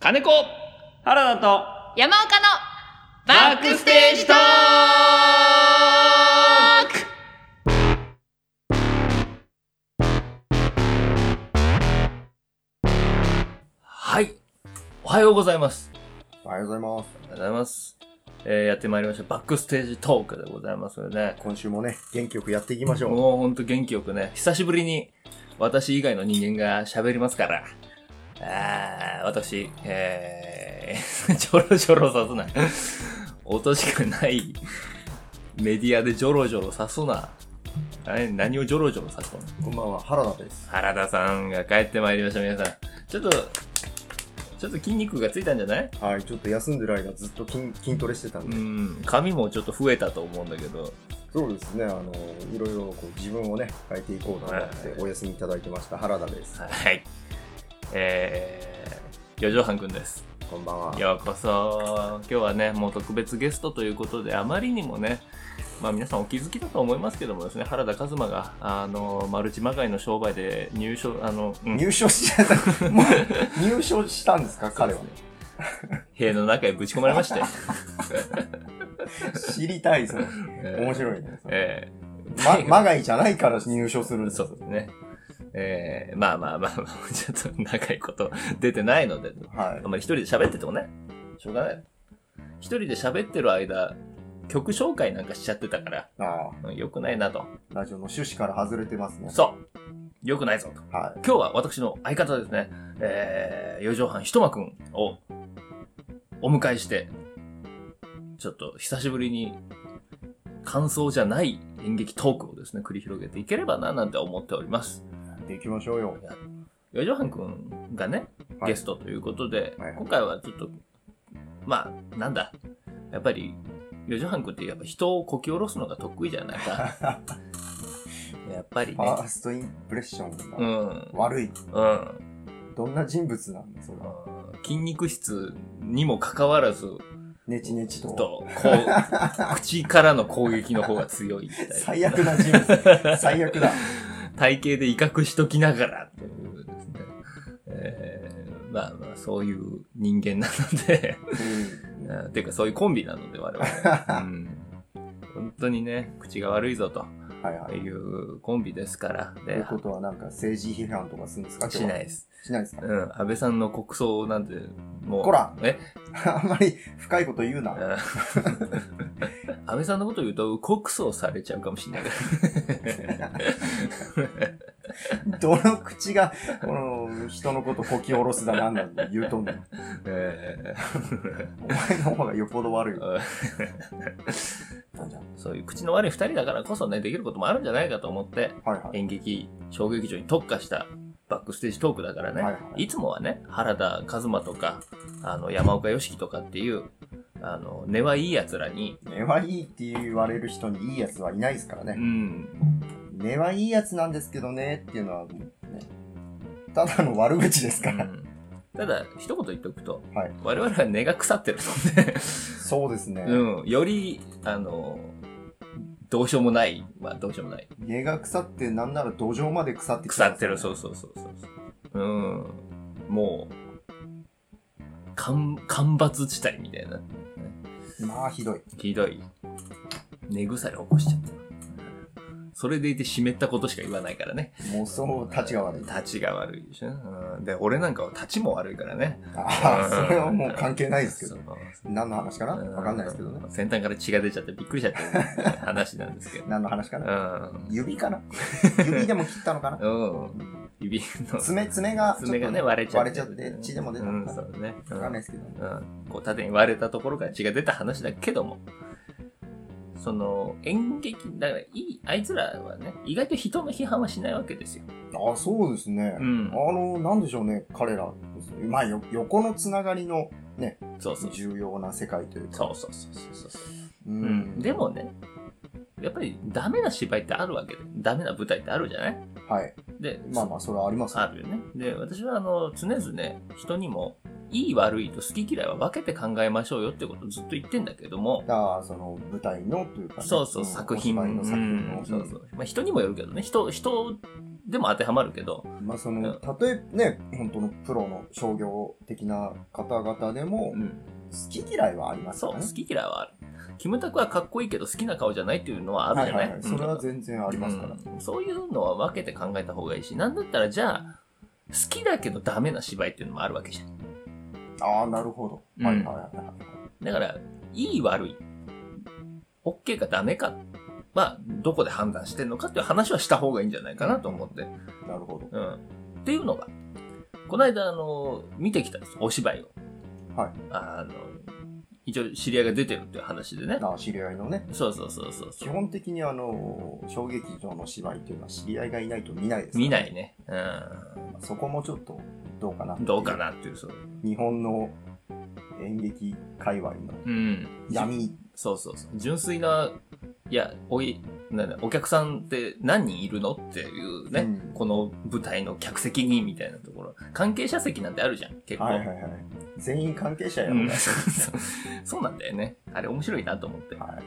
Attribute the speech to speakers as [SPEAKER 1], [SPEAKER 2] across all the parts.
[SPEAKER 1] 金子
[SPEAKER 2] 原田と
[SPEAKER 3] 山岡の
[SPEAKER 1] バックステージトーク
[SPEAKER 2] はいおはようございます
[SPEAKER 4] おはようございます。
[SPEAKER 2] おはようございます、えー、やってまいりましたバックステージトークでございますよね
[SPEAKER 4] 今週もね、元気よくやっていきましょう。
[SPEAKER 2] もうほんと元気よくね久しぶりに私以外の人間が喋りますからあー私えー、 ちょろちょろさすな音しかないメディアでジョロジョロさすな何何をジョロジョロさすの
[SPEAKER 4] こんばんは、原田です。
[SPEAKER 2] 原田さんが帰ってまいりました、皆さん。ちょっと、ちょっと筋肉がついたんじゃない
[SPEAKER 4] はい、ちょっと休んでる間ずっと筋筋トレしてたん
[SPEAKER 2] う
[SPEAKER 4] で、
[SPEAKER 2] ん、髪もちょっと増えたと思うんだけど、
[SPEAKER 4] そうですね、あの、いろいろこう自分をね、変えていこうと思っ
[SPEAKER 2] はい
[SPEAKER 4] てお休みいただいてました、原田です。
[SPEAKER 2] はい。えー、四畳半くんです。
[SPEAKER 4] こんばんは。
[SPEAKER 2] ようこそ。今日はね、もう特別ゲストということで、あまりにもね、まあ皆さんお気づきだと思いますけどもですね、原田和馬が、あの、マルチまがいの商売で入所、あの、うん
[SPEAKER 4] 入賞しちゃった。 もう、入賞したんですか、彼は。
[SPEAKER 2] 塀の中へぶち込まれました よ。
[SPEAKER 4] 知りたいですね。面白いね。
[SPEAKER 2] えー
[SPEAKER 4] ま、まがいじゃないから入賞するんです
[SPEAKER 2] そ
[SPEAKER 4] よ
[SPEAKER 2] うですね。えー、まあまあまあまあ、ちょっと長いこと出てないので、
[SPEAKER 4] はい
[SPEAKER 2] あん。まり一人で喋っててもね、しょうがない。一人で喋ってる間、曲紹介なんかしちゃってたから、
[SPEAKER 4] あ
[SPEAKER 2] うん良くないなと。
[SPEAKER 4] あ、ラジオの趣旨から外れてますね。
[SPEAKER 2] そう良くないぞと。
[SPEAKER 4] はい。
[SPEAKER 2] 今日は私の相方ですね、えー、四畳半ひとまくんをお迎えして、ちょっと久しぶりに感想じゃない演劇トークをですね、繰り広げていければななんて思っております。
[SPEAKER 4] やっていきましょうよ。
[SPEAKER 2] 四畳半くんがね、
[SPEAKER 4] はい
[SPEAKER 2] ゲストということで、
[SPEAKER 4] はいはい
[SPEAKER 2] 今回はちょっと、まあ、なんだ、やっぱり、四畳半くんってやっぱ人をこき下ろすのが得意じゃ ないか。やっぱり
[SPEAKER 4] ファ
[SPEAKER 2] ね。
[SPEAKER 4] ーストインプレッション
[SPEAKER 2] う
[SPEAKER 4] が
[SPEAKER 2] ん。
[SPEAKER 4] 悪い。
[SPEAKER 2] うん。
[SPEAKER 4] どんな人物なんだ、それは。
[SPEAKER 2] 筋肉質にもかかわらず、
[SPEAKER 4] ネチネチ
[SPEAKER 2] ちょっ
[SPEAKER 4] と。
[SPEAKER 2] と、こ う、口からの攻撃の方が強いみたいな。
[SPEAKER 4] 最悪な人 物。最悪だ。
[SPEAKER 2] 体型で威嚇しときながらというですね。えー、まあまあ、そういう人間なので。
[SPEAKER 4] うん
[SPEAKER 2] うんていうかそういうコンビなので我々、 うん、本当にね口が悪いぞと
[SPEAKER 4] はいはい。
[SPEAKER 2] いうコンビですから
[SPEAKER 4] とい
[SPEAKER 2] で
[SPEAKER 4] うことはなんか政治批判とかするんですか
[SPEAKER 2] しない
[SPEAKER 4] い。
[SPEAKER 2] です、
[SPEAKER 4] しないですか
[SPEAKER 2] うん、安倍さんの国葬なんてもう
[SPEAKER 4] こら
[SPEAKER 2] え、
[SPEAKER 4] あんまり深いこと言う
[SPEAKER 2] う
[SPEAKER 4] な。
[SPEAKER 2] ん 安倍さんのこと言うと国葬されちゃうかもしれ ないか
[SPEAKER 4] どの口が、 この人のことこき下ろすだなんだって言うとんの。
[SPEAKER 2] ら、え
[SPEAKER 4] お前の方がよっぽど悪いよ。
[SPEAKER 2] ーそういう口の悪い二人だからこそねできることもあるんじゃないかと思って
[SPEAKER 4] はいはい。
[SPEAKER 2] 演劇小劇場に特化したバックステージトークだからね、
[SPEAKER 4] はい
[SPEAKER 2] い
[SPEAKER 4] はい
[SPEAKER 2] つもはね原田和馬とかあの山岡良樹とかっていうあの根はいいやつらに、
[SPEAKER 4] 根はいいって言われる人にいいやつはいないですから
[SPEAKER 2] う
[SPEAKER 4] ね。
[SPEAKER 2] ん、
[SPEAKER 4] 根はいいやつなんですけどねっていうのは、ね、ただの悪口ですから。
[SPEAKER 2] ただ一言言っておくと、
[SPEAKER 4] はい
[SPEAKER 2] 我々は根が腐ってるので、
[SPEAKER 4] そうですね。
[SPEAKER 2] うん、よりあのどうしようもないまあどうしようもない
[SPEAKER 4] 根が腐って、なんなら土壌まで腐ってき
[SPEAKER 2] 腐ってる
[SPEAKER 4] そ
[SPEAKER 2] そううそうそうそうそううんもう干干ばつ地帯みたいな
[SPEAKER 4] まあ、ひどい。
[SPEAKER 2] ひどい。根腐れ起こしちゃった。それでいて湿ったことしか言わないからね。
[SPEAKER 4] もうそう、立ちが悪い。
[SPEAKER 2] 立ちが悪いでしょ。うんで、俺なんかは立ちも悪いからね。
[SPEAKER 4] ああ、それはもう関係ないですけど。
[SPEAKER 2] ど。
[SPEAKER 4] 何の話かなわかんないですけどね
[SPEAKER 2] う。ん。先端から血が出ちゃってびっくりしちゃった話なんですけど。
[SPEAKER 4] 何の話か
[SPEAKER 2] う。
[SPEAKER 4] なん指かな指でも切ったのかな
[SPEAKER 2] うん。指の
[SPEAKER 4] 爪、爪が、
[SPEAKER 2] 爪がね、
[SPEAKER 4] ちょっと
[SPEAKER 2] 割れちゃって。
[SPEAKER 4] 割れちゃって、血でも出た
[SPEAKER 2] う
[SPEAKER 4] の
[SPEAKER 2] ん、
[SPEAKER 4] かな
[SPEAKER 2] そうね。
[SPEAKER 4] わかんないですけど。
[SPEAKER 2] うん、こう縦に割れたところから血が出た話だけどもその演劇だからいいあいつらはね意外と人の批判はしないわけですよ。
[SPEAKER 4] ああ、そうですね。
[SPEAKER 2] うん
[SPEAKER 4] あ、の、なんでしょうね、彼らですね。まあ、よ横のつながりの
[SPEAKER 2] そうそう
[SPEAKER 4] 重要な世界というか。
[SPEAKER 2] そうそうそうそうそう、う
[SPEAKER 4] う
[SPEAKER 2] んで、もねやっぱりダメな芝居ってあるわけでダメな舞台ってあるじゃない
[SPEAKER 4] はい。
[SPEAKER 2] で、
[SPEAKER 4] まあまあ、それはありますね
[SPEAKER 2] あるよね。で私はあの常々人にもいい悪いと好き嫌いは分けて考えましょうよってことをずっと言ってんだけども、
[SPEAKER 4] ああ、その、舞台のというかね、
[SPEAKER 2] そうそう、
[SPEAKER 4] ん
[SPEAKER 2] 作品
[SPEAKER 4] お芝居の作品
[SPEAKER 2] う
[SPEAKER 4] の。
[SPEAKER 2] んそうそうまあ、人にもよるけどね人人でも当てはまるけど、
[SPEAKER 4] まあその、たとえね、本当のプロの商業的な方々でも
[SPEAKER 2] う、ん、
[SPEAKER 4] 好き嫌いはあります
[SPEAKER 2] そ
[SPEAKER 4] よ
[SPEAKER 2] う、
[SPEAKER 4] ね。
[SPEAKER 2] 好き嫌いはある。キムタクはかっこいいけど好きな顔じゃないっていうのはある
[SPEAKER 4] は
[SPEAKER 2] じ
[SPEAKER 4] い
[SPEAKER 2] ゃな,、
[SPEAKER 4] はいいはい。それは全然ありますから。
[SPEAKER 2] うんそういうのは分けて考えた方がいいし、なんだったらじゃあ、好きだけどダメな芝居っていうのもあるわけじゃん。
[SPEAKER 4] ああ、なるほど。
[SPEAKER 2] うん
[SPEAKER 4] はいはいはいはい。
[SPEAKER 2] だから、いい悪い、OK かダメかは、どこで判断してんのかっていう話はした方がいいんじゃないかなと思って。
[SPEAKER 4] なるほど。
[SPEAKER 2] うん。っていうのが、この間、あの、見てきたんです、お芝居を。
[SPEAKER 4] はい。
[SPEAKER 2] あの、一応知り合いが出てるっていう話でね。
[SPEAKER 4] なあ、知り合いのね。
[SPEAKER 2] そうそうそうそうそ
[SPEAKER 4] 基
[SPEAKER 2] う。
[SPEAKER 4] 本的にあの、小劇場の芝居っていうのは知り合いがいないと見ないですから
[SPEAKER 2] 見ないね。
[SPEAKER 4] そこもちょっと、どうかな
[SPEAKER 2] うん。どうか。なっていう、そう。
[SPEAKER 4] 日本の演劇界隈の
[SPEAKER 2] うん。
[SPEAKER 4] 闇。
[SPEAKER 2] そうそうそう。純粋な、いや、おい、なんだ、お客さんって何人いるのっていうね、
[SPEAKER 4] うん
[SPEAKER 2] この舞台の客席にみたいなところ。関係者席なんてあるじゃん、結構。
[SPEAKER 4] はいはいはい。全員関係者や
[SPEAKER 2] う
[SPEAKER 4] ろ
[SPEAKER 2] ん
[SPEAKER 4] うが。
[SPEAKER 2] そうそう そうなんだよね。あれ面白いなと思って。
[SPEAKER 4] はい。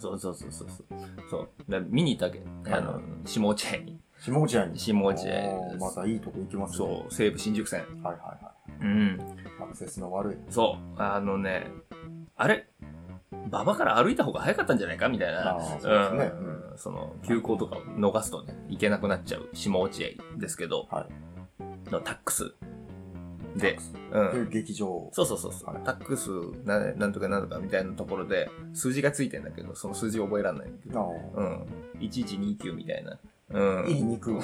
[SPEAKER 2] そうそうそうそうそう。そうだから見に行ったわけあの、下落合に。
[SPEAKER 4] 下落合に。
[SPEAKER 2] 下落
[SPEAKER 4] おー
[SPEAKER 2] 合。
[SPEAKER 4] またいいとこ行きますね。
[SPEAKER 2] そう、西武新宿線。
[SPEAKER 4] はいはいは
[SPEAKER 2] うん。
[SPEAKER 4] い。アクセスの悪い。
[SPEAKER 2] そう。あのね、あれ馬場から歩いた方が早かったんじゃないかみたいな。
[SPEAKER 4] あーそうです
[SPEAKER 2] う
[SPEAKER 4] ね。
[SPEAKER 2] ん。その、急行とかを逃すとね、行けなくなっちゃう下落合ですけど、
[SPEAKER 4] は
[SPEAKER 2] のタックス。
[SPEAKER 4] い。
[SPEAKER 2] で、う
[SPEAKER 4] とい
[SPEAKER 2] ん。
[SPEAKER 4] う劇場。
[SPEAKER 2] そうそうそうそう、
[SPEAKER 4] はい
[SPEAKER 2] タックスな、なんとかなんとかみたいなところで、数字がついてんだけど、その数字覚えられないんだけど、
[SPEAKER 4] あ
[SPEAKER 2] うん。1129みたいな。うん
[SPEAKER 4] あ。いい肉を。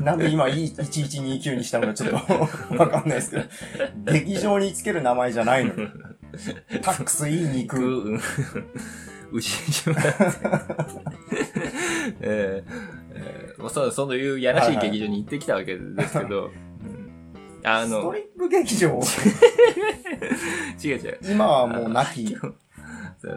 [SPEAKER 4] なんで今、いい1129にしたのかちょっと わかんないですけど、劇場につける名前じゃない のよ。タックスいい
[SPEAKER 2] グ
[SPEAKER 4] 肉。
[SPEAKER 2] ー、 牛島 えーえーまあそう、そういうやらしい劇場に行ってきたわけですけど、うんあ
[SPEAKER 4] スト
[SPEAKER 2] の、
[SPEAKER 4] リップ劇 場。
[SPEAKER 2] 違う違う。
[SPEAKER 4] 今はもうなき。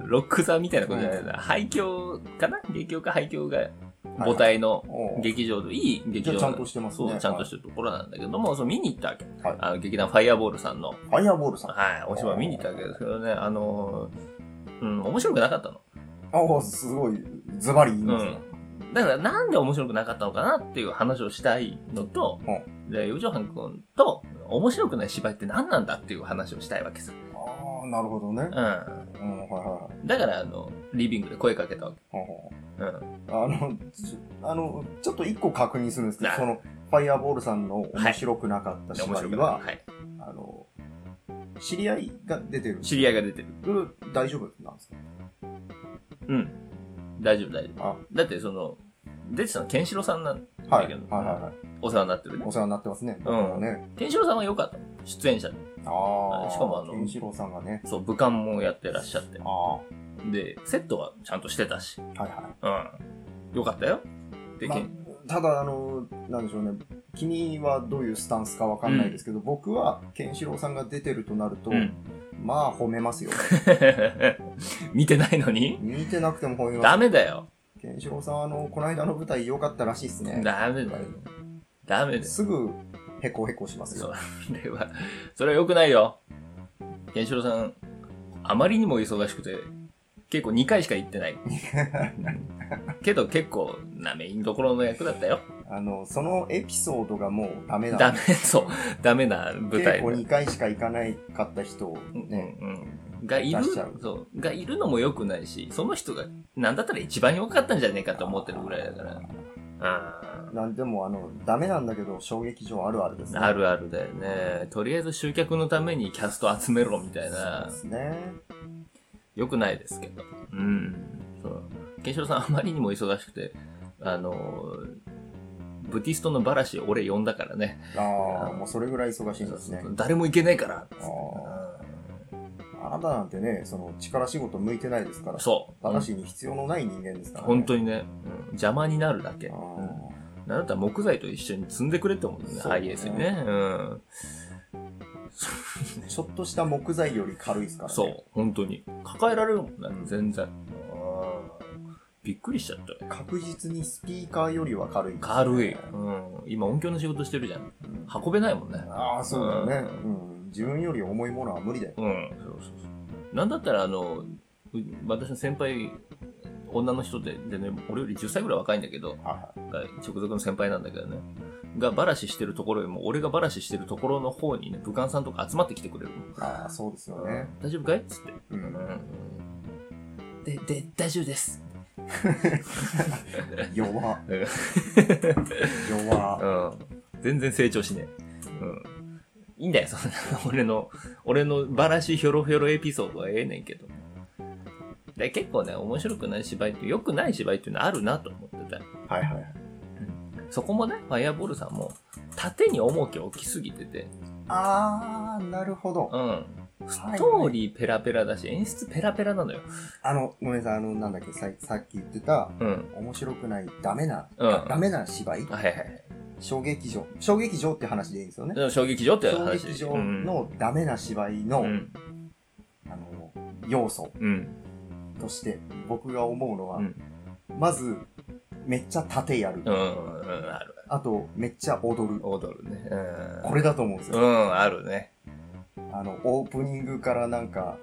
[SPEAKER 2] ロック座みたいなことじゃないな。廃墟かな劇場か廃墟が母
[SPEAKER 4] はい
[SPEAKER 2] 体の
[SPEAKER 4] おう
[SPEAKER 2] 劇場で、いい劇
[SPEAKER 4] じゃ
[SPEAKER 2] 場な
[SPEAKER 4] あちゃ
[SPEAKER 2] ん
[SPEAKER 4] んとしてますね。
[SPEAKER 2] そう、ちゃんとしてるところなんだけども、そう見に行ったわけ。
[SPEAKER 4] はい
[SPEAKER 2] あの劇団ファイアボールさんの、
[SPEAKER 4] ファイアボールさん。あ
[SPEAKER 2] はい、お芝居見に行ったわけですけどね、あのー、うん、面白くなかったの。
[SPEAKER 4] あ、すごい、ズバリ言いますね。
[SPEAKER 2] だからなんで面白くなかったのかなっていう話をしたいのと、で、四畳半くんと、面白くない芝居って何なんだっていう話をしたいわけさ。
[SPEAKER 4] ああ、なるほどね。
[SPEAKER 2] うん。
[SPEAKER 4] うん、はいはいはい
[SPEAKER 2] だから、あの、リビングで声かけたわけ。
[SPEAKER 4] ほうほう。
[SPEAKER 2] うん。
[SPEAKER 4] あの、ちょあの、ちょっと一個確認するんですけど、
[SPEAKER 2] はい
[SPEAKER 4] その、ファイアボールさんの面白くなかった
[SPEAKER 2] で
[SPEAKER 4] 芝
[SPEAKER 2] 面白
[SPEAKER 4] 居
[SPEAKER 2] く
[SPEAKER 4] は、
[SPEAKER 2] ないはい。
[SPEAKER 4] あの、知り合いが出てる。
[SPEAKER 2] 知り合いが出てる。
[SPEAKER 4] それ大丈夫なんですか
[SPEAKER 2] うん。大丈夫、大丈
[SPEAKER 4] あ
[SPEAKER 2] 夫。だって、その、出てたの、ケンシロウさんなん
[SPEAKER 4] は
[SPEAKER 2] だ
[SPEAKER 4] い。
[SPEAKER 2] け
[SPEAKER 4] はい
[SPEAKER 2] ど、
[SPEAKER 4] はいは
[SPEAKER 2] お世話になってる
[SPEAKER 4] い。
[SPEAKER 2] ね
[SPEAKER 4] お。世話になってますね。
[SPEAKER 2] うん
[SPEAKER 4] 僕もね。
[SPEAKER 2] ケンシロウさんは良かったの。出演者で。
[SPEAKER 4] ああ。
[SPEAKER 2] しかもあの
[SPEAKER 4] ケンシロウさんがね。
[SPEAKER 2] そう、武漢もやってらっしゃって
[SPEAKER 4] あ。あ。は
[SPEAKER 2] で、セットはちゃんとしてたし。
[SPEAKER 4] いは
[SPEAKER 2] うん。良かったよ。
[SPEAKER 4] い。
[SPEAKER 2] で、
[SPEAKER 4] まあ
[SPEAKER 2] ケン
[SPEAKER 4] ただ、あの、なんでしょうね。君はどういうスタンスかわかんないですけど、僕は、ケンシロウさんが出てるとなると、
[SPEAKER 2] うん
[SPEAKER 4] まあ、褒めますよ。
[SPEAKER 2] 見てないのに
[SPEAKER 4] 見てなくても褒めま
[SPEAKER 2] ダ
[SPEAKER 4] す。
[SPEAKER 2] メだよ。
[SPEAKER 4] ケンシロウさん、あの、この間の舞台良かったらしいですね。
[SPEAKER 2] ダメだよ。ダメです。
[SPEAKER 4] すぐ、へこへこします
[SPEAKER 2] そ
[SPEAKER 4] よ。
[SPEAKER 2] れは、それは良くないよ。ケンシロウさん、あまりにも忙しくて、結構2回しか行って ない。けど結構なメインどころの役だったよ。
[SPEAKER 4] あの、そのエピソードがもうダメなんで
[SPEAKER 2] ダメ、そう、ダメな舞台
[SPEAKER 4] 結構
[SPEAKER 2] の。
[SPEAKER 4] 2回しか行かないかった人をね、
[SPEAKER 2] うんうんがいる
[SPEAKER 4] 出しちゃう
[SPEAKER 2] そうがいるのも良くないしその人が何だったら一番良かったんじゃねえかと思ってるぐらいだからあ
[SPEAKER 4] なんでもあのダメなんだけど衝撃場あるあるですね
[SPEAKER 2] ーあるあるだよねとりあえず集客のためにキャスト集めろみたいな
[SPEAKER 4] そうですね
[SPEAKER 2] 良くないですけどうんそうケンシロウさんあまりにも忙しくてあのブティストのバラシ俺呼んだからね
[SPEAKER 4] ああもうそれぐらい忙しいんですね
[SPEAKER 2] 誰も行けないから
[SPEAKER 4] ああなたなんてねその力仕事向いてないですから
[SPEAKER 2] そう
[SPEAKER 4] 話に必要のない人間ですから、ね、
[SPEAKER 2] 本当
[SPEAKER 4] に
[SPEAKER 2] にね、うん邪魔になるだけ、うんなんだったら木材と一緒に積んでくれって思うんだよね、
[SPEAKER 4] そう
[SPEAKER 2] ハ
[SPEAKER 4] ね
[SPEAKER 2] イエースにね。うん。
[SPEAKER 4] ちょっとした木材より軽いですから、ね、
[SPEAKER 2] そう、本当に。抱えられるもんね、
[SPEAKER 4] うん
[SPEAKER 2] 全然。びっくりしちゃったよ。
[SPEAKER 4] 確実にスピーカーよりは軽いですね、
[SPEAKER 2] 軽い。うん。今音響の仕事してるじゃん。
[SPEAKER 4] うん
[SPEAKER 2] 運べないもんね。
[SPEAKER 4] ああそうだよね、うん、自分より重いものは無理だよ
[SPEAKER 2] うん。そうそうそう。なんだったら、あの、う私の先輩、女の人で、でね、俺より10歳ぐらい若いんだけど、
[SPEAKER 4] は
[SPEAKER 2] が直属の先輩なんだけどね、がバラシしてるところよりも、俺がバラシしてるところの方にね、武漢さんとか集まってきてくれるの。
[SPEAKER 4] いはい。ああ、そうですよね。
[SPEAKER 2] 大丈夫かいっつって。う
[SPEAKER 4] う。
[SPEAKER 2] んん。で、で、大丈夫です。
[SPEAKER 4] 弱。
[SPEAKER 2] うんう
[SPEAKER 4] 弱。
[SPEAKER 2] ん。全然成長しねえ。うん。いいんだよ、そんな。 俺の、俺のバラシヒョロヒョロエピソードはええねんけど。で結構ね、面白くない芝居って、良くない芝居っていうのはあるなと思ってて。
[SPEAKER 4] はいはいはい。
[SPEAKER 2] そこもね、ファイアボールさんも、縦に重きを置きすぎてて、
[SPEAKER 4] ああ、なるほど
[SPEAKER 2] う。ん。ストーリーペラペラだし、演出ペラペラなのよ。
[SPEAKER 4] あの、ごめんなさい、あの、なんだっけ、ささっき言ってた、
[SPEAKER 2] うん。
[SPEAKER 4] 面白くない、ダメな、
[SPEAKER 2] うん
[SPEAKER 4] ダメな芝居
[SPEAKER 2] はいはいはい
[SPEAKER 4] 小劇場。小劇場って話でいいんですよね。
[SPEAKER 2] うん。衝撃場って
[SPEAKER 4] 小
[SPEAKER 2] 話。
[SPEAKER 4] 劇場のダメな芝居の、
[SPEAKER 2] うん、うん。
[SPEAKER 4] あの、要素
[SPEAKER 2] うん。
[SPEAKER 4] として、僕が思うのは、
[SPEAKER 2] うん
[SPEAKER 4] まず、めっちゃ縦やる。
[SPEAKER 2] うん。うん。ある。
[SPEAKER 4] あと、めっちゃ踊る。
[SPEAKER 2] 踊るね。うん。
[SPEAKER 4] これだと思うんです
[SPEAKER 2] う
[SPEAKER 4] よ。
[SPEAKER 2] ん、あるね。
[SPEAKER 4] あの、オープニングからなんか、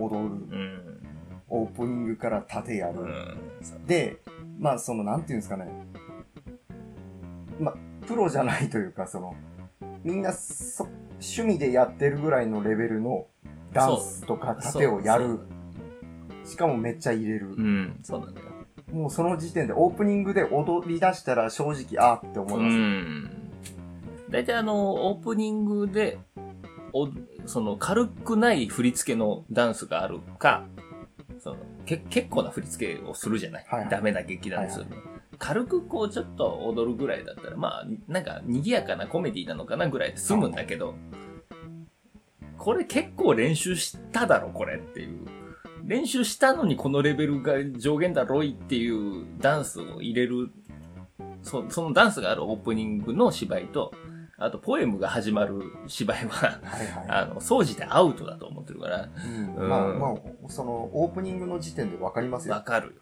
[SPEAKER 4] 踊る。
[SPEAKER 2] うん。
[SPEAKER 4] オープニングから縦やる。
[SPEAKER 2] うん。そう
[SPEAKER 4] で、まあ、その、なんていうんですかね。まあ、プロじゃないというか、その、みんな、そ、趣味でやってるぐらいのレベルのダンスとか縦をやる。しかもめっちゃ入れる。
[SPEAKER 2] うん、そうなんだよ。
[SPEAKER 4] もうその時点でオープニングで踊り出したら正直、あーって思いうます。
[SPEAKER 2] ん。大体あの、オープニングで、おその、軽くない振り付けのダンスがあるか、そのけ結構な振り付けをするじゃない、
[SPEAKER 4] はいはい
[SPEAKER 2] ダメな劇団ですよね。軽くこうちょっと踊るぐらいだったら、まあ、なんか賑やかなコメディなのかなぐらいで済むんだけど、これ結構練習しただろ、これっていう。練習したのにこのレベルが上限だろいっていうダンスを入れる、そそのダンスがあるオープニングの芝居と、あとポエムが始まる芝居は、
[SPEAKER 4] はいは
[SPEAKER 2] あの、掃除でアウトだと思ってるから、
[SPEAKER 4] い。うん
[SPEAKER 2] うん
[SPEAKER 4] まあ、まあ、その、オープニングの時点でわかります
[SPEAKER 2] わ
[SPEAKER 4] よ。
[SPEAKER 2] かる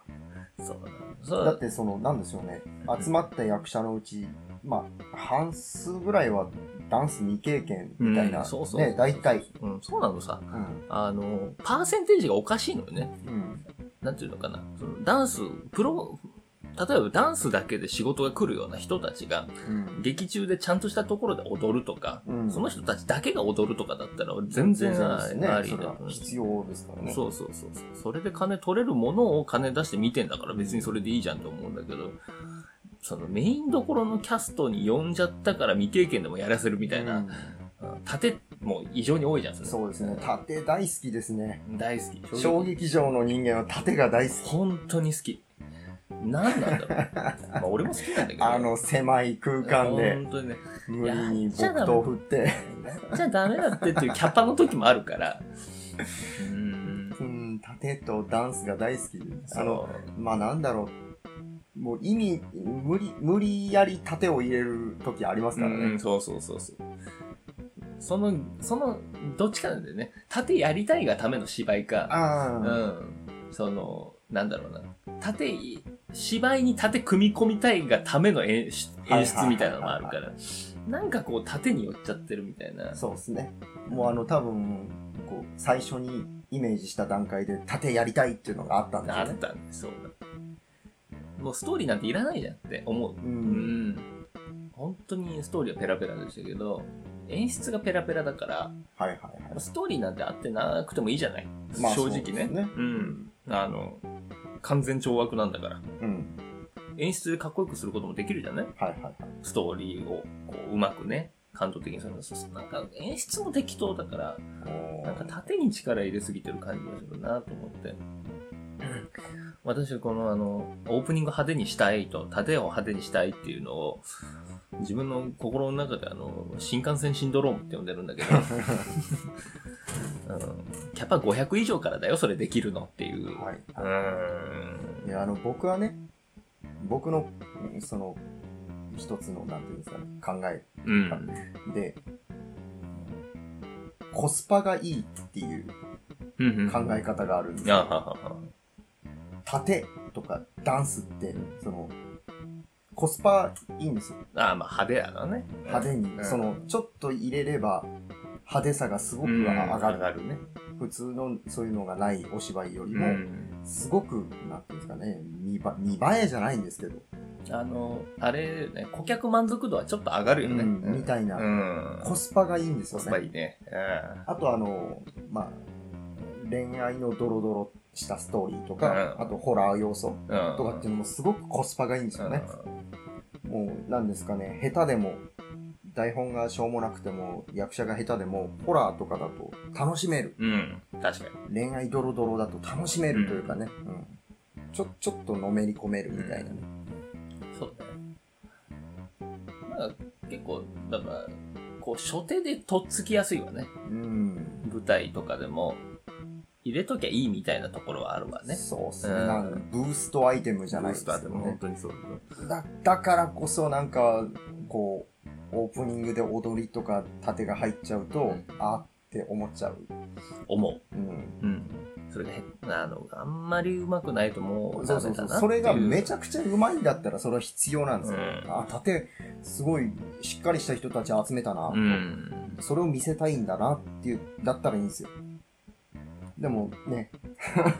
[SPEAKER 2] よ。そうそう
[SPEAKER 4] だって、その、なんでしょうね。集まった役者のうち、まあ、半数ぐらいはダンス未経験みたいな。
[SPEAKER 2] うんそうそう
[SPEAKER 4] ね、大体。
[SPEAKER 2] うん、そうなのさ。
[SPEAKER 4] うん。
[SPEAKER 2] あの、パーセンテージがおかしいのよね。
[SPEAKER 4] うん。
[SPEAKER 2] なんていうのかな。そのダンス、プロ、例えばダンスだけで仕事が来るような人たちが、
[SPEAKER 4] うん。
[SPEAKER 2] 劇中でちゃんとしたところで踊るとか、
[SPEAKER 4] うん
[SPEAKER 2] その人たちだけが踊るとかだったら全然あり
[SPEAKER 4] ね
[SPEAKER 2] あ。
[SPEAKER 4] そ
[SPEAKER 2] り
[SPEAKER 4] れ
[SPEAKER 2] だ
[SPEAKER 4] は
[SPEAKER 2] と思う
[SPEAKER 4] 必要ですからね。
[SPEAKER 2] そうそうそうそう。それで金取れるものを金出して見てんだから別にそれでいいじゃんと思うんだけど、そのメインどころのキャストに呼んじゃったから未経験でもやらせるみたいな、盾も異常に多いじゃん、
[SPEAKER 4] う
[SPEAKER 2] そ
[SPEAKER 4] ん
[SPEAKER 2] れ
[SPEAKER 4] そうですね。縦大好きですね。
[SPEAKER 2] 大好き。
[SPEAKER 4] 小劇場の人間は縦が大好き。
[SPEAKER 2] 本当に好き。なんなんだろう。 まあ俺も好きなんだけど。
[SPEAKER 4] あの狭い空間で。
[SPEAKER 2] 本当にね。
[SPEAKER 4] 無理に木刀を振って、
[SPEAKER 2] じゃあダメだってっていうキャパの時もあるから。うん。
[SPEAKER 4] うん、盾とダンスが大好きで、あの、
[SPEAKER 2] そ
[SPEAKER 4] まあなんだろう、もう意味、無理、無理やり盾を入れる時あります
[SPEAKER 2] う、
[SPEAKER 4] から
[SPEAKER 2] う
[SPEAKER 4] ね
[SPEAKER 2] ん、。そうそうそうそう。その、その、どっちかなんだよね。縦やりたいがための芝居か、う
[SPEAKER 4] あ
[SPEAKER 2] ん。その、なんだろうな。縦い、芝居に縦組み込みたいがための演出演出みたいなのもあるから。なんかこう縦に寄っちゃってるみたいな
[SPEAKER 4] あ、。そうですね。もうあの多分、こう、最初にイメージした段階で盾やりたいっていうのがあったんです
[SPEAKER 2] あ
[SPEAKER 4] よ
[SPEAKER 2] っ
[SPEAKER 4] ね。
[SPEAKER 2] たんでそうだもうストーリーなんていらないじゃんって思う
[SPEAKER 4] う。
[SPEAKER 2] うんん本当にストーリーはペラペラでしたけど演出がペラペラだから
[SPEAKER 4] はいはいは
[SPEAKER 2] ストーリーなんてあってなくてもいいじゃない、
[SPEAKER 4] い。まあ
[SPEAKER 2] 正直
[SPEAKER 4] そうで
[SPEAKER 2] ね
[SPEAKER 4] すね。
[SPEAKER 2] うんあの完全懲悪なんだから
[SPEAKER 4] うん。
[SPEAKER 2] 演出でかっこよくすることもできるじゃない
[SPEAKER 4] はいはいはい。
[SPEAKER 2] ストーリーをこううまくね感動的にするそうそうなんか演出も適当だからなんか縦に力入れすぎてる感じがするなと思って。私はこのあの、オープニング派手にしたいと、縦を派手にしたいっていうのを、自分の心の中であの、新幹線シンドロームって呼んでるんだ けど、うんキャパ500以上からだよ、それできるのっていう。
[SPEAKER 4] はいう
[SPEAKER 2] ーん。
[SPEAKER 4] いや、あの、僕はね、僕の、うんその、一つの、なんていうんですかね、考え
[SPEAKER 2] うん。
[SPEAKER 4] で、コスパがいいっていう
[SPEAKER 2] うんうん
[SPEAKER 4] 考え方があるんです
[SPEAKER 2] あ
[SPEAKER 4] よ。
[SPEAKER 2] ははは。
[SPEAKER 4] 盾とかダンスって、その、コスパいいんですよ。
[SPEAKER 2] あまあ派手やなね。
[SPEAKER 4] 派手に。
[SPEAKER 2] うん
[SPEAKER 4] その、ちょっと入れれば、派手さがすごく上がる。
[SPEAKER 2] るね。
[SPEAKER 4] 普通のそういうのがないお芝居より
[SPEAKER 2] う
[SPEAKER 4] も、
[SPEAKER 2] ん。
[SPEAKER 4] すごく、なんていうんですかね、見ば見栄えじゃないんですけど、
[SPEAKER 2] あの、あれ、ね、顧客満足度はちょっと上がるよね。
[SPEAKER 4] うんみたいな
[SPEAKER 2] うん。
[SPEAKER 4] コスパがいいんです
[SPEAKER 2] コ
[SPEAKER 4] よ
[SPEAKER 2] スパい
[SPEAKER 4] ね。
[SPEAKER 2] いね。
[SPEAKER 4] あとあの、まあ、恋愛のドロドロしたストーリーとか、
[SPEAKER 2] うん
[SPEAKER 4] あとホラー要素
[SPEAKER 2] うん。うん
[SPEAKER 4] とかっていうのもすごくコスパがいいんですよね。もう、なんですかね、下手でも、台本がしょうもなくても、役者が下手でも、ホラーとかだと楽しめる。
[SPEAKER 2] うん。確かに。
[SPEAKER 4] 恋愛ドロドロだと楽しめるというかね、うんちょ、ちょっとのめり込めるみたいなね。
[SPEAKER 2] そうだね。まあ、結構、だから、こう、初手でとっつきやすいわね。
[SPEAKER 4] うん。
[SPEAKER 2] 舞台とかでも、入れときゃいいみたいなところはあるわね。
[SPEAKER 4] そうっす
[SPEAKER 2] う
[SPEAKER 4] ね。
[SPEAKER 2] ん
[SPEAKER 4] なんかブーストアイテムじゃないですけどね。
[SPEAKER 2] 当にそう。
[SPEAKER 4] だだからこそなんか、こう、オープニングで踊りとか盾が入っちゃうと、
[SPEAKER 2] うん
[SPEAKER 4] あーって思っちゃう。
[SPEAKER 2] 思う。
[SPEAKER 4] うん。
[SPEAKER 2] うん。それがへ、あの、あんまりうまくないともう
[SPEAKER 4] そ
[SPEAKER 2] ダ
[SPEAKER 4] うそ
[SPEAKER 2] メ
[SPEAKER 4] う
[SPEAKER 2] だな
[SPEAKER 4] そう。
[SPEAKER 2] っていう。
[SPEAKER 4] それがめち
[SPEAKER 2] ゃ
[SPEAKER 4] ゃくちゃうまいんだったらそれは必要なんですよ。
[SPEAKER 2] うん
[SPEAKER 4] あ、盾、すごいしっかりした人たち集めたな。
[SPEAKER 2] うん。
[SPEAKER 4] それを見せたいんだなっていう、だったらいいんですよ。でもね、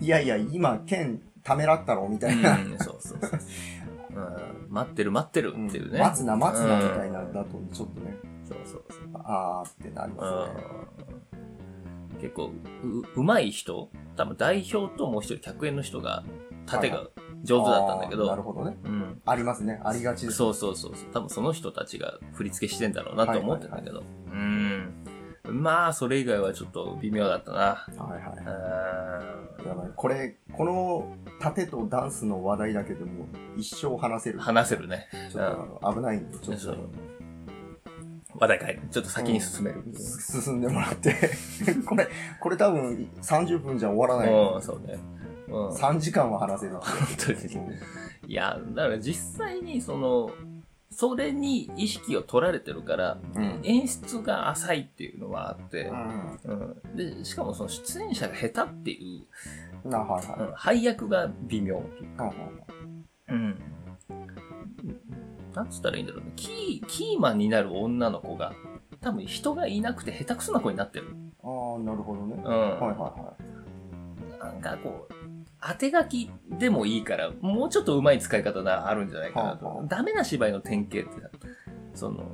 [SPEAKER 4] いやいや、今、剣ためらったろ、みたいな。
[SPEAKER 2] うん、そうそうそう。うん、待ってる待ってる
[SPEAKER 4] うん
[SPEAKER 2] っていうね。
[SPEAKER 4] 待つな、待つな、みたいな
[SPEAKER 2] うん
[SPEAKER 4] だと、ちょっとね、
[SPEAKER 2] そうそうそう。
[SPEAKER 4] あーってなりますね。
[SPEAKER 2] うん結構う、うまい人、多分代表ともう一人100円の人が、縦が上手だったんだけ
[SPEAKER 4] あ
[SPEAKER 2] ど、
[SPEAKER 4] ーなるほどね。
[SPEAKER 2] うん、
[SPEAKER 4] ありますね。ありがちです。
[SPEAKER 2] そうそうそうそう、多分その人たちが振り付けしてんだろうなと思ってんだけど、うん。まあ、それ以外はちょっと微妙だったな。
[SPEAKER 4] はいは
[SPEAKER 2] う
[SPEAKER 4] い。
[SPEAKER 2] ん
[SPEAKER 4] やばい。これ、この盾とダンスの話題だけでも一生話せる。
[SPEAKER 2] 話せるね。
[SPEAKER 4] ちょっと危ないんで、ちょっ
[SPEAKER 2] そ
[SPEAKER 4] と
[SPEAKER 2] う。話題変える。ちょっと先に進める。
[SPEAKER 4] す進んでもらって。 これ、これ多分30分じゃ終わらない。
[SPEAKER 2] うん、そうね。うん。
[SPEAKER 4] 3時間は話せる。
[SPEAKER 2] 本当に。いや、だから実際にその、それに意識を取られてるから、
[SPEAKER 4] うん
[SPEAKER 2] 演出が浅いっていうのはあって、
[SPEAKER 4] う
[SPEAKER 2] うんで、しかもその出演者が下手っていう、
[SPEAKER 4] ん。なはい
[SPEAKER 2] うん
[SPEAKER 4] は
[SPEAKER 2] 配役が微妙っていう
[SPEAKER 4] い。
[SPEAKER 2] か、うん。なんつったらいいんだろうね。キー、キーマンになる女の子が、多分人がいなくて下手くそな子になってる。
[SPEAKER 4] ああ、なるほどね。
[SPEAKER 2] う
[SPEAKER 4] は
[SPEAKER 2] ん。
[SPEAKER 4] いはいは
[SPEAKER 2] なんかこう、当て書きでもいいから、もうちょっと上手い使い方があるんじゃないかなと。
[SPEAKER 4] はあはあ
[SPEAKER 2] ダメな芝居の典型って、その、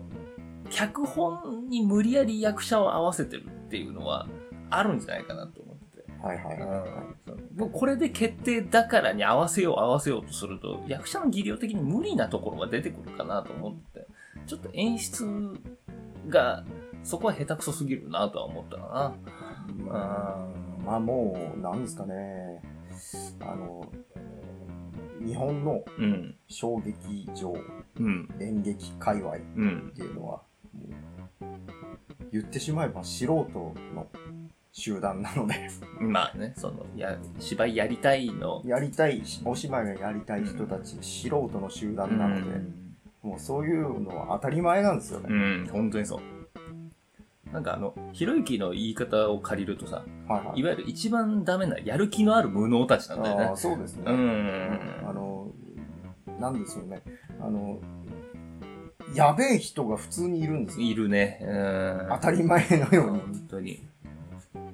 [SPEAKER 2] 脚本に無理やり役者を合わせてるっていうのはあるんじゃないかなと思ってて。
[SPEAKER 4] い。はいはいはいは。
[SPEAKER 2] そのもうこれで決定だからに合わせよう合わせようとすると、役者の技量的に無理なところが出てくるかなと思って、ちょっと演出が、そこは下手くそすぎるなとは思ったないうん。
[SPEAKER 4] まあもう、なんですかね。あの、日本の
[SPEAKER 2] うん。
[SPEAKER 4] 衝撃場、
[SPEAKER 2] うん。
[SPEAKER 4] 演劇界隈っ
[SPEAKER 2] うん。
[SPEAKER 4] ていうのは、もう言ってしまえば素人の集団なので、
[SPEAKER 2] まあね、その、や、芝居やりたいの。
[SPEAKER 4] やりたい、お芝居がやりたい人たち、素人の集団なので、
[SPEAKER 2] うん
[SPEAKER 4] もうそういうのは当たり前なんですよ
[SPEAKER 2] う
[SPEAKER 4] ね。
[SPEAKER 2] ん、本当にそう。なんかあの、ひろゆきの言い方を借りるとさ、
[SPEAKER 4] はいはい
[SPEAKER 2] いわゆる一番ダメな、やる気のある無能たちなんだよ
[SPEAKER 4] あ
[SPEAKER 2] ね
[SPEAKER 4] あ、。そうですね。
[SPEAKER 2] うん。
[SPEAKER 4] あの、なんですよね。あの、やべえ人が普通にいるんですよ。
[SPEAKER 2] いるね。うん。
[SPEAKER 4] 当たり前のように。
[SPEAKER 2] 本当に。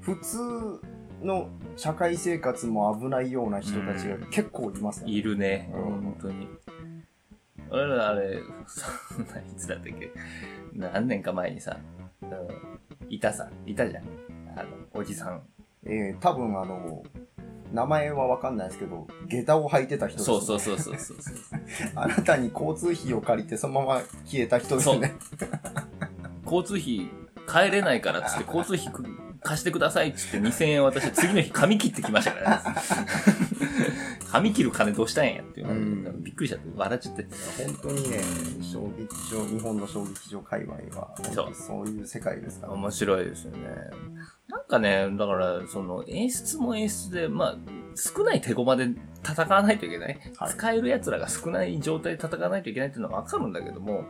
[SPEAKER 4] 普通の社会生活も危ないような人たちが結構いますね。
[SPEAKER 2] いるね。
[SPEAKER 4] うん
[SPEAKER 2] 本当に。俺らあれ、そんな、いつだったっけ何年か前にさ、うんいたさ、いたじゃん。あの、おじさん。
[SPEAKER 4] えー、多分あの、名前はわかんないですけど、下駄を履いてた人です、
[SPEAKER 2] そ
[SPEAKER 4] ね。
[SPEAKER 2] うそうそうそうそうそう。
[SPEAKER 4] あなたに交通費を借りてそのまま消えた人ですね。
[SPEAKER 2] 交通費帰れないからっつって、交通費く貸してくださいっつって2000円私、次の日髪切ってきました からね。髪切る金どうしたんやっていう、
[SPEAKER 4] うん
[SPEAKER 2] びっくりしちゃって、笑っちゃって。
[SPEAKER 4] 本当にね、衝撃場、日本の衝撃場界隈は、
[SPEAKER 2] そう
[SPEAKER 4] そういう世界ですから、
[SPEAKER 2] 面白いですよね。なんかね、だから、その演出も演出で、まあ、少ない手駒で戦わないといけない。
[SPEAKER 4] はい
[SPEAKER 2] 使える奴らが少ない状態で戦わないといけないっていうのはわかるんだけども、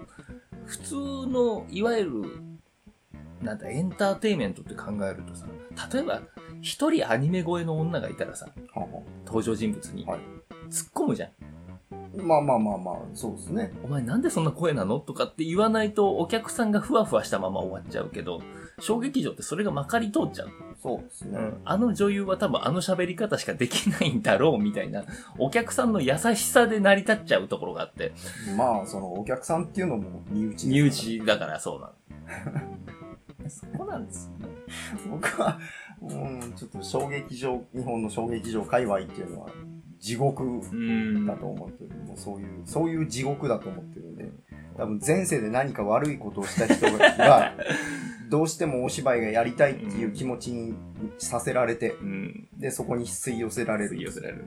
[SPEAKER 2] 普通の、いわゆる、なんだ、エンターテインメントって考えるとさ、例えば、一人アニメ声の女がいたらさ、
[SPEAKER 4] はは
[SPEAKER 2] 登場人物に、
[SPEAKER 4] はい
[SPEAKER 2] 突っ込むじゃん。
[SPEAKER 4] まあまあまあまあ、そうですね。
[SPEAKER 2] お前なんでそんな声なのとかって言わないとお客さんがふわふわしたまま終わっちゃうけど、小劇場ってそれがまかり通っちゃう。
[SPEAKER 4] そうですね。
[SPEAKER 2] あの女優は多分あの喋り方しかできないんだろうみたいな、お客さんの優しさで成り立っちゃうところがあって、
[SPEAKER 4] まあ、そのお客さんっていうのも身内ですから
[SPEAKER 2] 身内だからそうな の。そこなんですよね。
[SPEAKER 4] 僕は、うん、ちょっと衝撃場、日本の衝撃場界隈っていうのは地獄
[SPEAKER 2] うん
[SPEAKER 4] だと思ってる。もうそういう、そういう地獄だと思ってるんで、多分前世で何か悪いことをした人が、 がどうしてもお芝居がやりたいっていう気持ちにさせられて、
[SPEAKER 2] うん。
[SPEAKER 4] で、そこに吸い寄せられ
[SPEAKER 2] 吸い
[SPEAKER 4] る
[SPEAKER 2] 寄。せられる。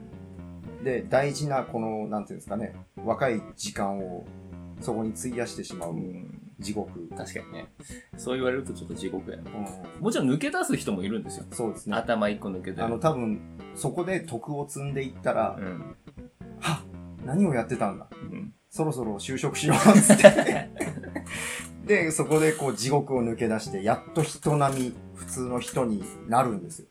[SPEAKER 4] で、大事なこの、なんていうんですかね、若い時間をそこに費やしてしまう
[SPEAKER 2] うん。
[SPEAKER 4] 地獄。うん
[SPEAKER 2] 確かにね。そう言われるとちょっと地獄やね。もちろん抜け出す人もいるんですよ。
[SPEAKER 4] そうですね。
[SPEAKER 2] 頭一個抜けて。
[SPEAKER 4] あの、多分、そこで徳を積んでいったら
[SPEAKER 2] う、ん。
[SPEAKER 4] はっ何をやってたんだ
[SPEAKER 2] うん。
[SPEAKER 4] そろそろ就職しようっつって。 で、そこでこう地獄を抜け出して、やっと人並み、普通の人になるんですよ。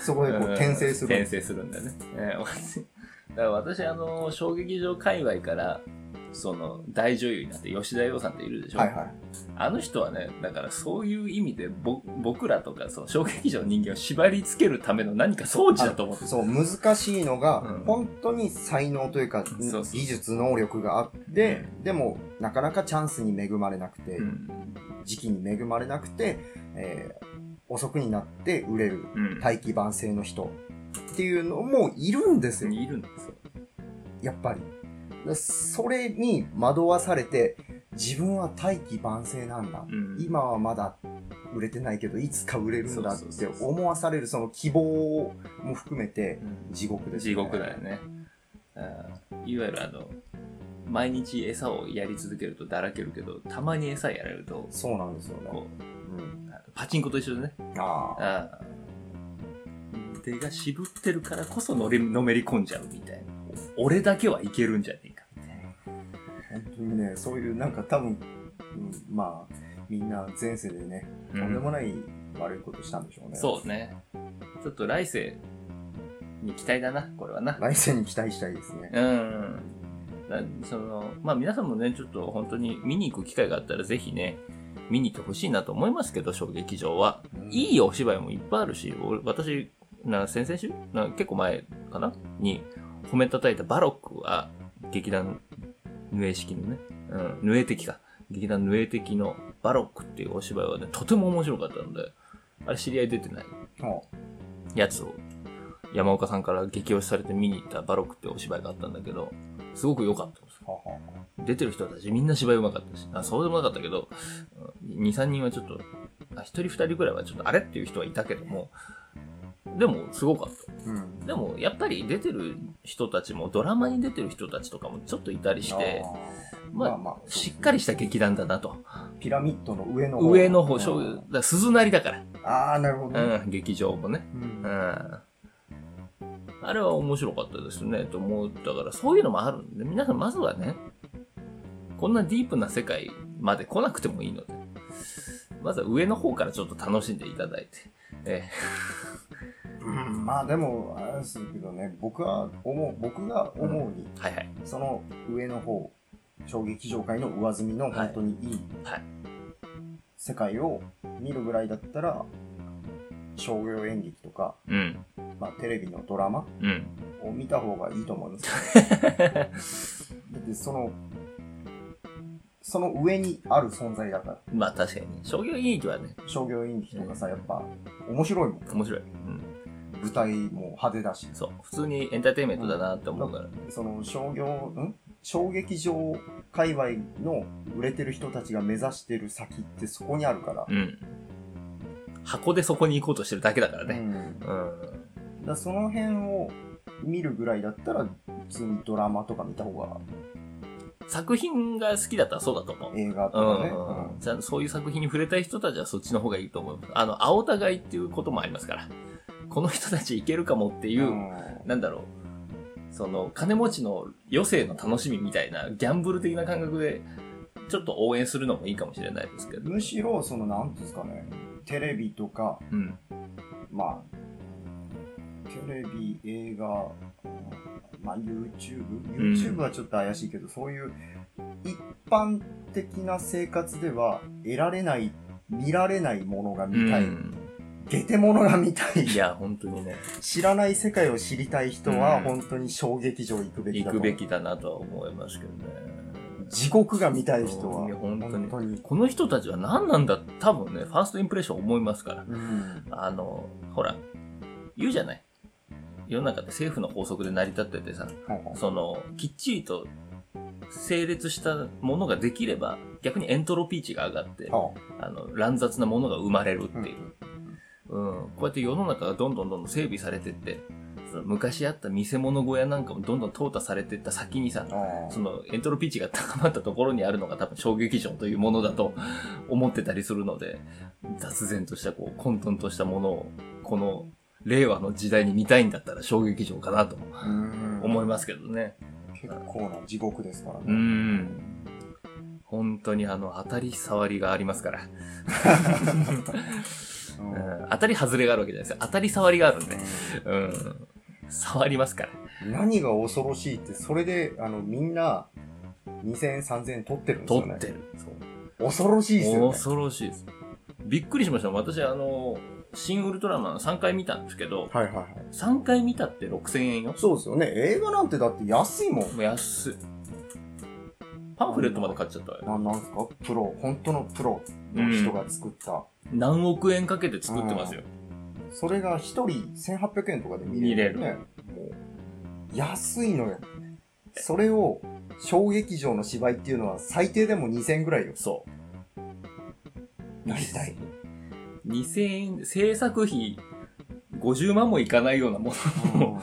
[SPEAKER 4] そこでこう転生するん
[SPEAKER 2] 転生
[SPEAKER 4] です。
[SPEAKER 2] するんだね。えー私だから私、あの、小劇場界隈から、その、大女優になって、吉田洋さんっているでしょ。
[SPEAKER 4] はいはい。
[SPEAKER 2] あの人はね、だからそういう意味で、ぼ僕らとか、その、小劇場の人間を縛り付けるための何か装置だと思ってる
[SPEAKER 4] そう、難しいのが、
[SPEAKER 2] うん
[SPEAKER 4] 本当に才能というか、
[SPEAKER 2] そうそう
[SPEAKER 4] 技術、能力があって、でも、なかなかチャンスに恵まれなくて、
[SPEAKER 2] うん。
[SPEAKER 4] 時期に恵まれなくて、えー遅くになって売れる
[SPEAKER 2] うん。
[SPEAKER 4] 大器晩成の人っていうのもいるんですよ。
[SPEAKER 2] いるんですよ。
[SPEAKER 4] やっぱり。でそれに惑わされて、自分は大器晩成なんだ。
[SPEAKER 2] うん。
[SPEAKER 4] 今はまだ売れてないけど、いつか売れるんだっ
[SPEAKER 2] そう
[SPEAKER 4] て
[SPEAKER 2] そうそうそう
[SPEAKER 4] 思わされるその希望も含めて
[SPEAKER 2] う、ん
[SPEAKER 4] 地獄です
[SPEAKER 2] 地獄だよ。ね。うんいわゆるあの、毎日餌をやり続けるとだらけるけど、たまに餌やられると、
[SPEAKER 4] そうなんですよね。
[SPEAKER 2] こう、
[SPEAKER 4] うん、
[SPEAKER 2] パチンコと一緒でね。
[SPEAKER 4] ああ。
[SPEAKER 2] ああ手が渋ってるからこそのれのめり込んじゃうみたいな。俺だけはいけるんじゃねえかみたいな。
[SPEAKER 4] 本当にね、そういうなんか多分、うんまあ、みんな前世でね、とんでもない悪いことしたんでしょうね。
[SPEAKER 2] そうね。ちょっと来世に期待だな、これはな。
[SPEAKER 4] 来世に期待したいですね。
[SPEAKER 2] うん。だその、まあ皆さんもね、ちょっと本当に見に行く機会があったらぜひね、見に行ってほしいなと思いますけど、小劇場は。
[SPEAKER 4] うん
[SPEAKER 2] いいお芝居もいっぱいあるし、俺私、な先々週な結構前かなに褒めたたいたバロックは、劇団、ヌエ式のね、うん、ヌエ的か。劇団ヌエ的のバロックっていうお芝居はね、とても面白かったので、あれ知り合い出てない
[SPEAKER 4] うん
[SPEAKER 2] やつを、山岡さんから激推しされて見に行ったバロックってお芝居があったんだけど、すごく良かったんですよ。
[SPEAKER 4] はは
[SPEAKER 2] 出てる人たちみんな芝居上手かったし、あ、そうでもなかったけど、うん2、3人はちょっと、あ1人2人ぐらいはちょっとあれっていう人はいたけども、でもすごかった。
[SPEAKER 4] うん。
[SPEAKER 2] でもやっぱり出てる人たちも、ドラマに出てる人たちとかもちょっといたりして、
[SPEAKER 4] あー
[SPEAKER 2] まあ
[SPEAKER 4] まあ、
[SPEAKER 2] しっかりした劇団だなと。
[SPEAKER 4] ピラミッドの上の
[SPEAKER 2] 上の方、
[SPEAKER 4] うん
[SPEAKER 2] そういうだから鈴なりだか
[SPEAKER 4] ああ、なるほどね。
[SPEAKER 2] ら、うん、劇場もね。
[SPEAKER 4] うん
[SPEAKER 2] うん。あれは面白かったですね、と思ったから、そういうのもあるんで、皆さんまずはね、こんなディープな世界まで来なくてもいいので、まずは上の方からちょっと楽しんでいただいて、え
[SPEAKER 4] うんまあでも、あれですけどね、僕は思う、僕が思うに、
[SPEAKER 2] えはいはい。
[SPEAKER 4] その上の方、小劇場界の上積みの本当にいい
[SPEAKER 2] はい
[SPEAKER 4] 世界を見るぐらいだったら、商業演劇とか、
[SPEAKER 2] うん、
[SPEAKER 4] まあテレビのドラマ
[SPEAKER 2] うん。
[SPEAKER 4] を見た方がいいと思います。 だってその、その上にある存在だから。
[SPEAKER 2] まあ確かにね、商業演劇はね、
[SPEAKER 4] 商業演劇とかさ、やっぱ面白いもん。
[SPEAKER 2] 面白い。うん。
[SPEAKER 4] 舞台も派手だし。
[SPEAKER 2] そう。普通にエンターテインメントだなって思うから。
[SPEAKER 4] その商業、ん小劇場界隈の売れてる人たちが目指してる先ってそこにあるから。
[SPEAKER 2] うん。箱でそこに行こうとしてるだけだからね。
[SPEAKER 4] うんだか
[SPEAKER 2] うん。
[SPEAKER 4] らその辺を見るぐらいだったら、普通にドラマとか見た方が
[SPEAKER 2] 作品が好きだったらそうだと思う。
[SPEAKER 4] 映画とかね。
[SPEAKER 2] うんじゃあそういう作品に触れたい人たちはそっちの方がいいと思います。あの、青互いっていうこともありますから。この人たちいけるかもっていうう、
[SPEAKER 4] ん
[SPEAKER 2] なんだろう。その、金持ちの余生の楽しみみたいな、ギャンブル的な感覚で、ちょっと応援するのもいいかもしれないですけど。
[SPEAKER 4] むしろ、その、なんていうんですかね、テレビとか、
[SPEAKER 2] うん。
[SPEAKER 4] まあ、テレビ、映画、うんまあ、YouTube?YouTube
[SPEAKER 2] ん
[SPEAKER 4] はちょっと怪しいけど、そういう一般的な生活では得られない見られないものが
[SPEAKER 2] うん
[SPEAKER 4] 見たい。下手者が見たい。
[SPEAKER 2] いや、本当にね、
[SPEAKER 4] 知らない世界を知りたい人
[SPEAKER 2] う
[SPEAKER 4] は
[SPEAKER 2] ん
[SPEAKER 4] 本当に小劇場行くべき
[SPEAKER 2] 行
[SPEAKER 4] だ
[SPEAKER 2] く
[SPEAKER 4] と。
[SPEAKER 2] べきだなとは思いますけどね。
[SPEAKER 4] 地獄が見たい人はい
[SPEAKER 2] や本当に
[SPEAKER 4] 本当に。
[SPEAKER 2] この人たちは何なんだ多分ね、ファーストインプレッション思いますから。
[SPEAKER 4] うん。
[SPEAKER 2] あの、ほら、言うじゃない。世の中って政府の法則で成り立っててさ、
[SPEAKER 4] はいはい
[SPEAKER 2] その、きっちりと整列したものができれば、逆にエントロピー値が上がって、
[SPEAKER 4] は
[SPEAKER 2] あの、乱雑なものが生まれるっていう。うん。こうやって世の中がどんどんどんどん整備されてって、その昔あった見せ物小屋なんかもどんどん淘汰されてった先にさ、
[SPEAKER 4] あああ
[SPEAKER 2] そのエントロピー値が高まったところにあるのが多分小劇場というものだと思ってたりするので、雑然としたこう混沌としたものを、この令和の時代に見たいんだったら小劇場かなと
[SPEAKER 4] うん
[SPEAKER 2] 思いますけどね。
[SPEAKER 4] 結構な地獄ですから
[SPEAKER 2] う
[SPEAKER 4] ね。
[SPEAKER 2] ん。本当にあの、当たり障りがありますから。
[SPEAKER 4] うん
[SPEAKER 2] うん、当たり外れがあるわけじゃないですよ。当たり障りがあるんで。うん。触りますから。
[SPEAKER 4] 何が恐ろしいって、それで、あの、みんな、2000円、3000円取ってるんです
[SPEAKER 2] 取
[SPEAKER 4] よね。
[SPEAKER 2] ってる。そう
[SPEAKER 4] 恐ろしいですよね。
[SPEAKER 2] 恐ろしいです。びっくりしました。私、あの、新ウルトラマン3回見たんですけど、
[SPEAKER 4] はいはいはい。
[SPEAKER 2] 3回見たって6000円よ。
[SPEAKER 4] そうですよね。映画なんてだって安いもん。
[SPEAKER 2] もう安い。パンフレットまで買っちゃったわよ。
[SPEAKER 4] ななんすかプロ、本当のプロの人が作った。
[SPEAKER 2] 何億円かけて作ってますよ。
[SPEAKER 4] それが1人1800円とかで見れる、ね。もう、安いのよ。それを、小劇場の芝居っていうのは最低でも2000円ぐらいよ。
[SPEAKER 2] そう。
[SPEAKER 4] なりたい。
[SPEAKER 2] 2000円、制作費50万もいかないようなものを。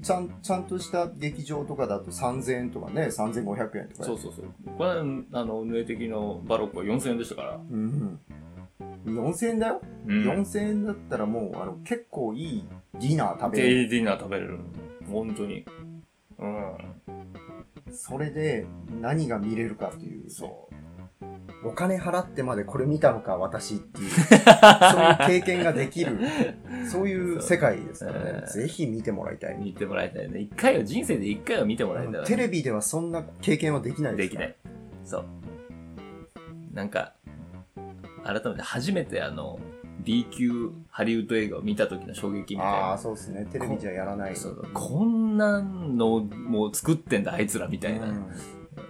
[SPEAKER 4] ちゃん、ちゃんとした劇場とかだと3000円とかね、3500円とか。
[SPEAKER 2] そうそうそう。これは、あの、運営的のバロックは4000円でしたから。
[SPEAKER 4] うんうん。4000円だよ、
[SPEAKER 2] うん。
[SPEAKER 4] ?4000 円だったらもう、あの、結構いいディナー食べれる。
[SPEAKER 2] デイディナー食べれる。本当に。うん。
[SPEAKER 4] それで何が見れるかという。
[SPEAKER 2] そう。
[SPEAKER 4] お金払ってまでこれ見たのか、私っていう。そういう経験ができる。そういう世界ですからね。
[SPEAKER 2] そう
[SPEAKER 4] ぜひ見てもらいたい。
[SPEAKER 2] 見てもらいたいね。一回は、人生で一回は見てもらいたいわね、
[SPEAKER 4] テレビではそんな経験はできない
[SPEAKER 2] ですき
[SPEAKER 4] か
[SPEAKER 2] な
[SPEAKER 4] ら
[SPEAKER 2] い。そう。なんか、改めて初めてあの、B 級ハリウッド映画を見た時の衝撃みたい
[SPEAKER 4] ああ、
[SPEAKER 2] な。
[SPEAKER 4] そうですね。テレビじゃやらない。
[SPEAKER 2] そうこんなのもう作ってんだあいつらみたいな、
[SPEAKER 4] う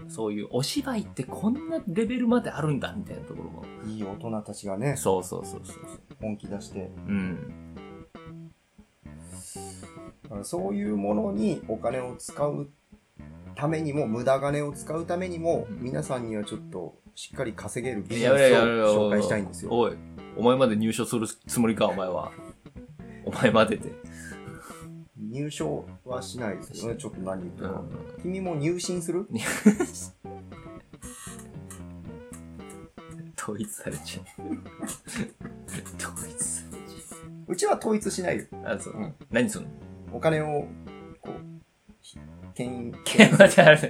[SPEAKER 2] そういうお芝居ってこんなレベルまであるんだみたいなところも
[SPEAKER 4] んいい大人たちがね、
[SPEAKER 2] そうそうそうそうそう
[SPEAKER 4] 本気出して。
[SPEAKER 2] うん
[SPEAKER 4] そういうものにお金を使うためにも、無駄金を使うためにも、
[SPEAKER 2] うん
[SPEAKER 4] 皆さんにはちょっとしっかり稼げるビジ
[SPEAKER 2] や
[SPEAKER 4] ネスを
[SPEAKER 2] めろやめろ
[SPEAKER 4] 紹介したいんですよ。
[SPEAKER 2] おいお前まで入所するつもりかお前はお前までで、
[SPEAKER 4] 入賞はしないですよね、ちょっと何言って
[SPEAKER 2] う
[SPEAKER 4] も。
[SPEAKER 2] ん、
[SPEAKER 4] 君も入信する
[SPEAKER 2] 統一されちゃう 統一されち
[SPEAKER 4] うちは統一しないよ。
[SPEAKER 2] ゃうあそう、
[SPEAKER 4] うん
[SPEAKER 2] 何その
[SPEAKER 4] お金を、こう、ひ牽引。
[SPEAKER 2] 剣はじゃあれち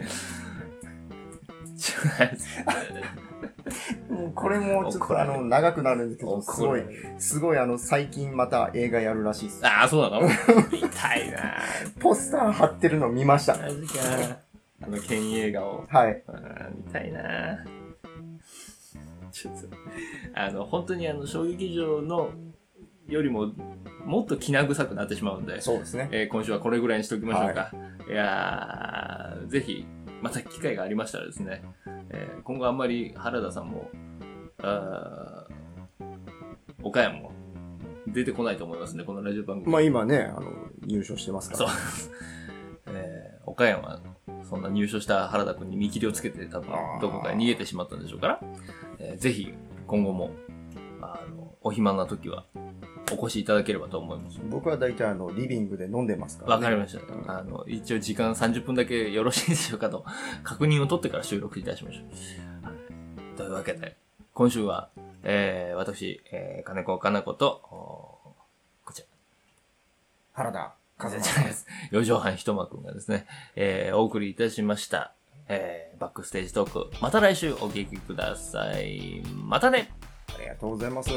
[SPEAKER 2] ょ
[SPEAKER 4] もうこれもちょっ
[SPEAKER 2] 怒
[SPEAKER 4] と
[SPEAKER 2] ら
[SPEAKER 4] あ
[SPEAKER 2] れる
[SPEAKER 4] の、長くなるんですけど、
[SPEAKER 2] っと
[SPEAKER 4] すごい、すごいあの、最近また映画やるらしいです。
[SPEAKER 2] ああそうなの痛いな
[SPEAKER 4] ポスター貼ってるの見ました。
[SPEAKER 2] マジかあの剣映画を
[SPEAKER 4] はい。
[SPEAKER 2] あー見たいなちょっとあの本当にあの衝撃場のよりももっときな臭くなってしまうんで
[SPEAKER 4] そうですね。
[SPEAKER 2] えー今週はこれぐらいにしておきましょうか。い、やーぜひ、また機会がありましたらですね、えー今後あんまり原田さんも、あー岡山も出てこないと思いますね、このラジオ番組。
[SPEAKER 4] まあ今ね、あの、入賞してますか
[SPEAKER 2] そう
[SPEAKER 4] ら。。
[SPEAKER 2] えー岡山は、そんな入所した原田君に見切りをつけて、多分
[SPEAKER 4] あー
[SPEAKER 2] どこかに逃げてしまったんでしょうから、えーぜひ、今後も、あの、お暇な時は、お越しいただければと思います。
[SPEAKER 4] 僕は大体あの、リビングで飲んでますから、
[SPEAKER 2] わ
[SPEAKER 4] ね。
[SPEAKER 2] かりました。あの、一応時間30分だけよろしいでしょうかと、 確認を取ってから収録いたしましょう。というわけで、今週は、えー、私、えー、金子かな子と、おこちら、
[SPEAKER 4] 原田和
[SPEAKER 2] じゃ
[SPEAKER 4] 馬
[SPEAKER 2] ないです。四畳半一幕がですね、えー、お送りいたしました。えー、バックステージトーク、また来週お聞きください。またね
[SPEAKER 4] ありがとうございます。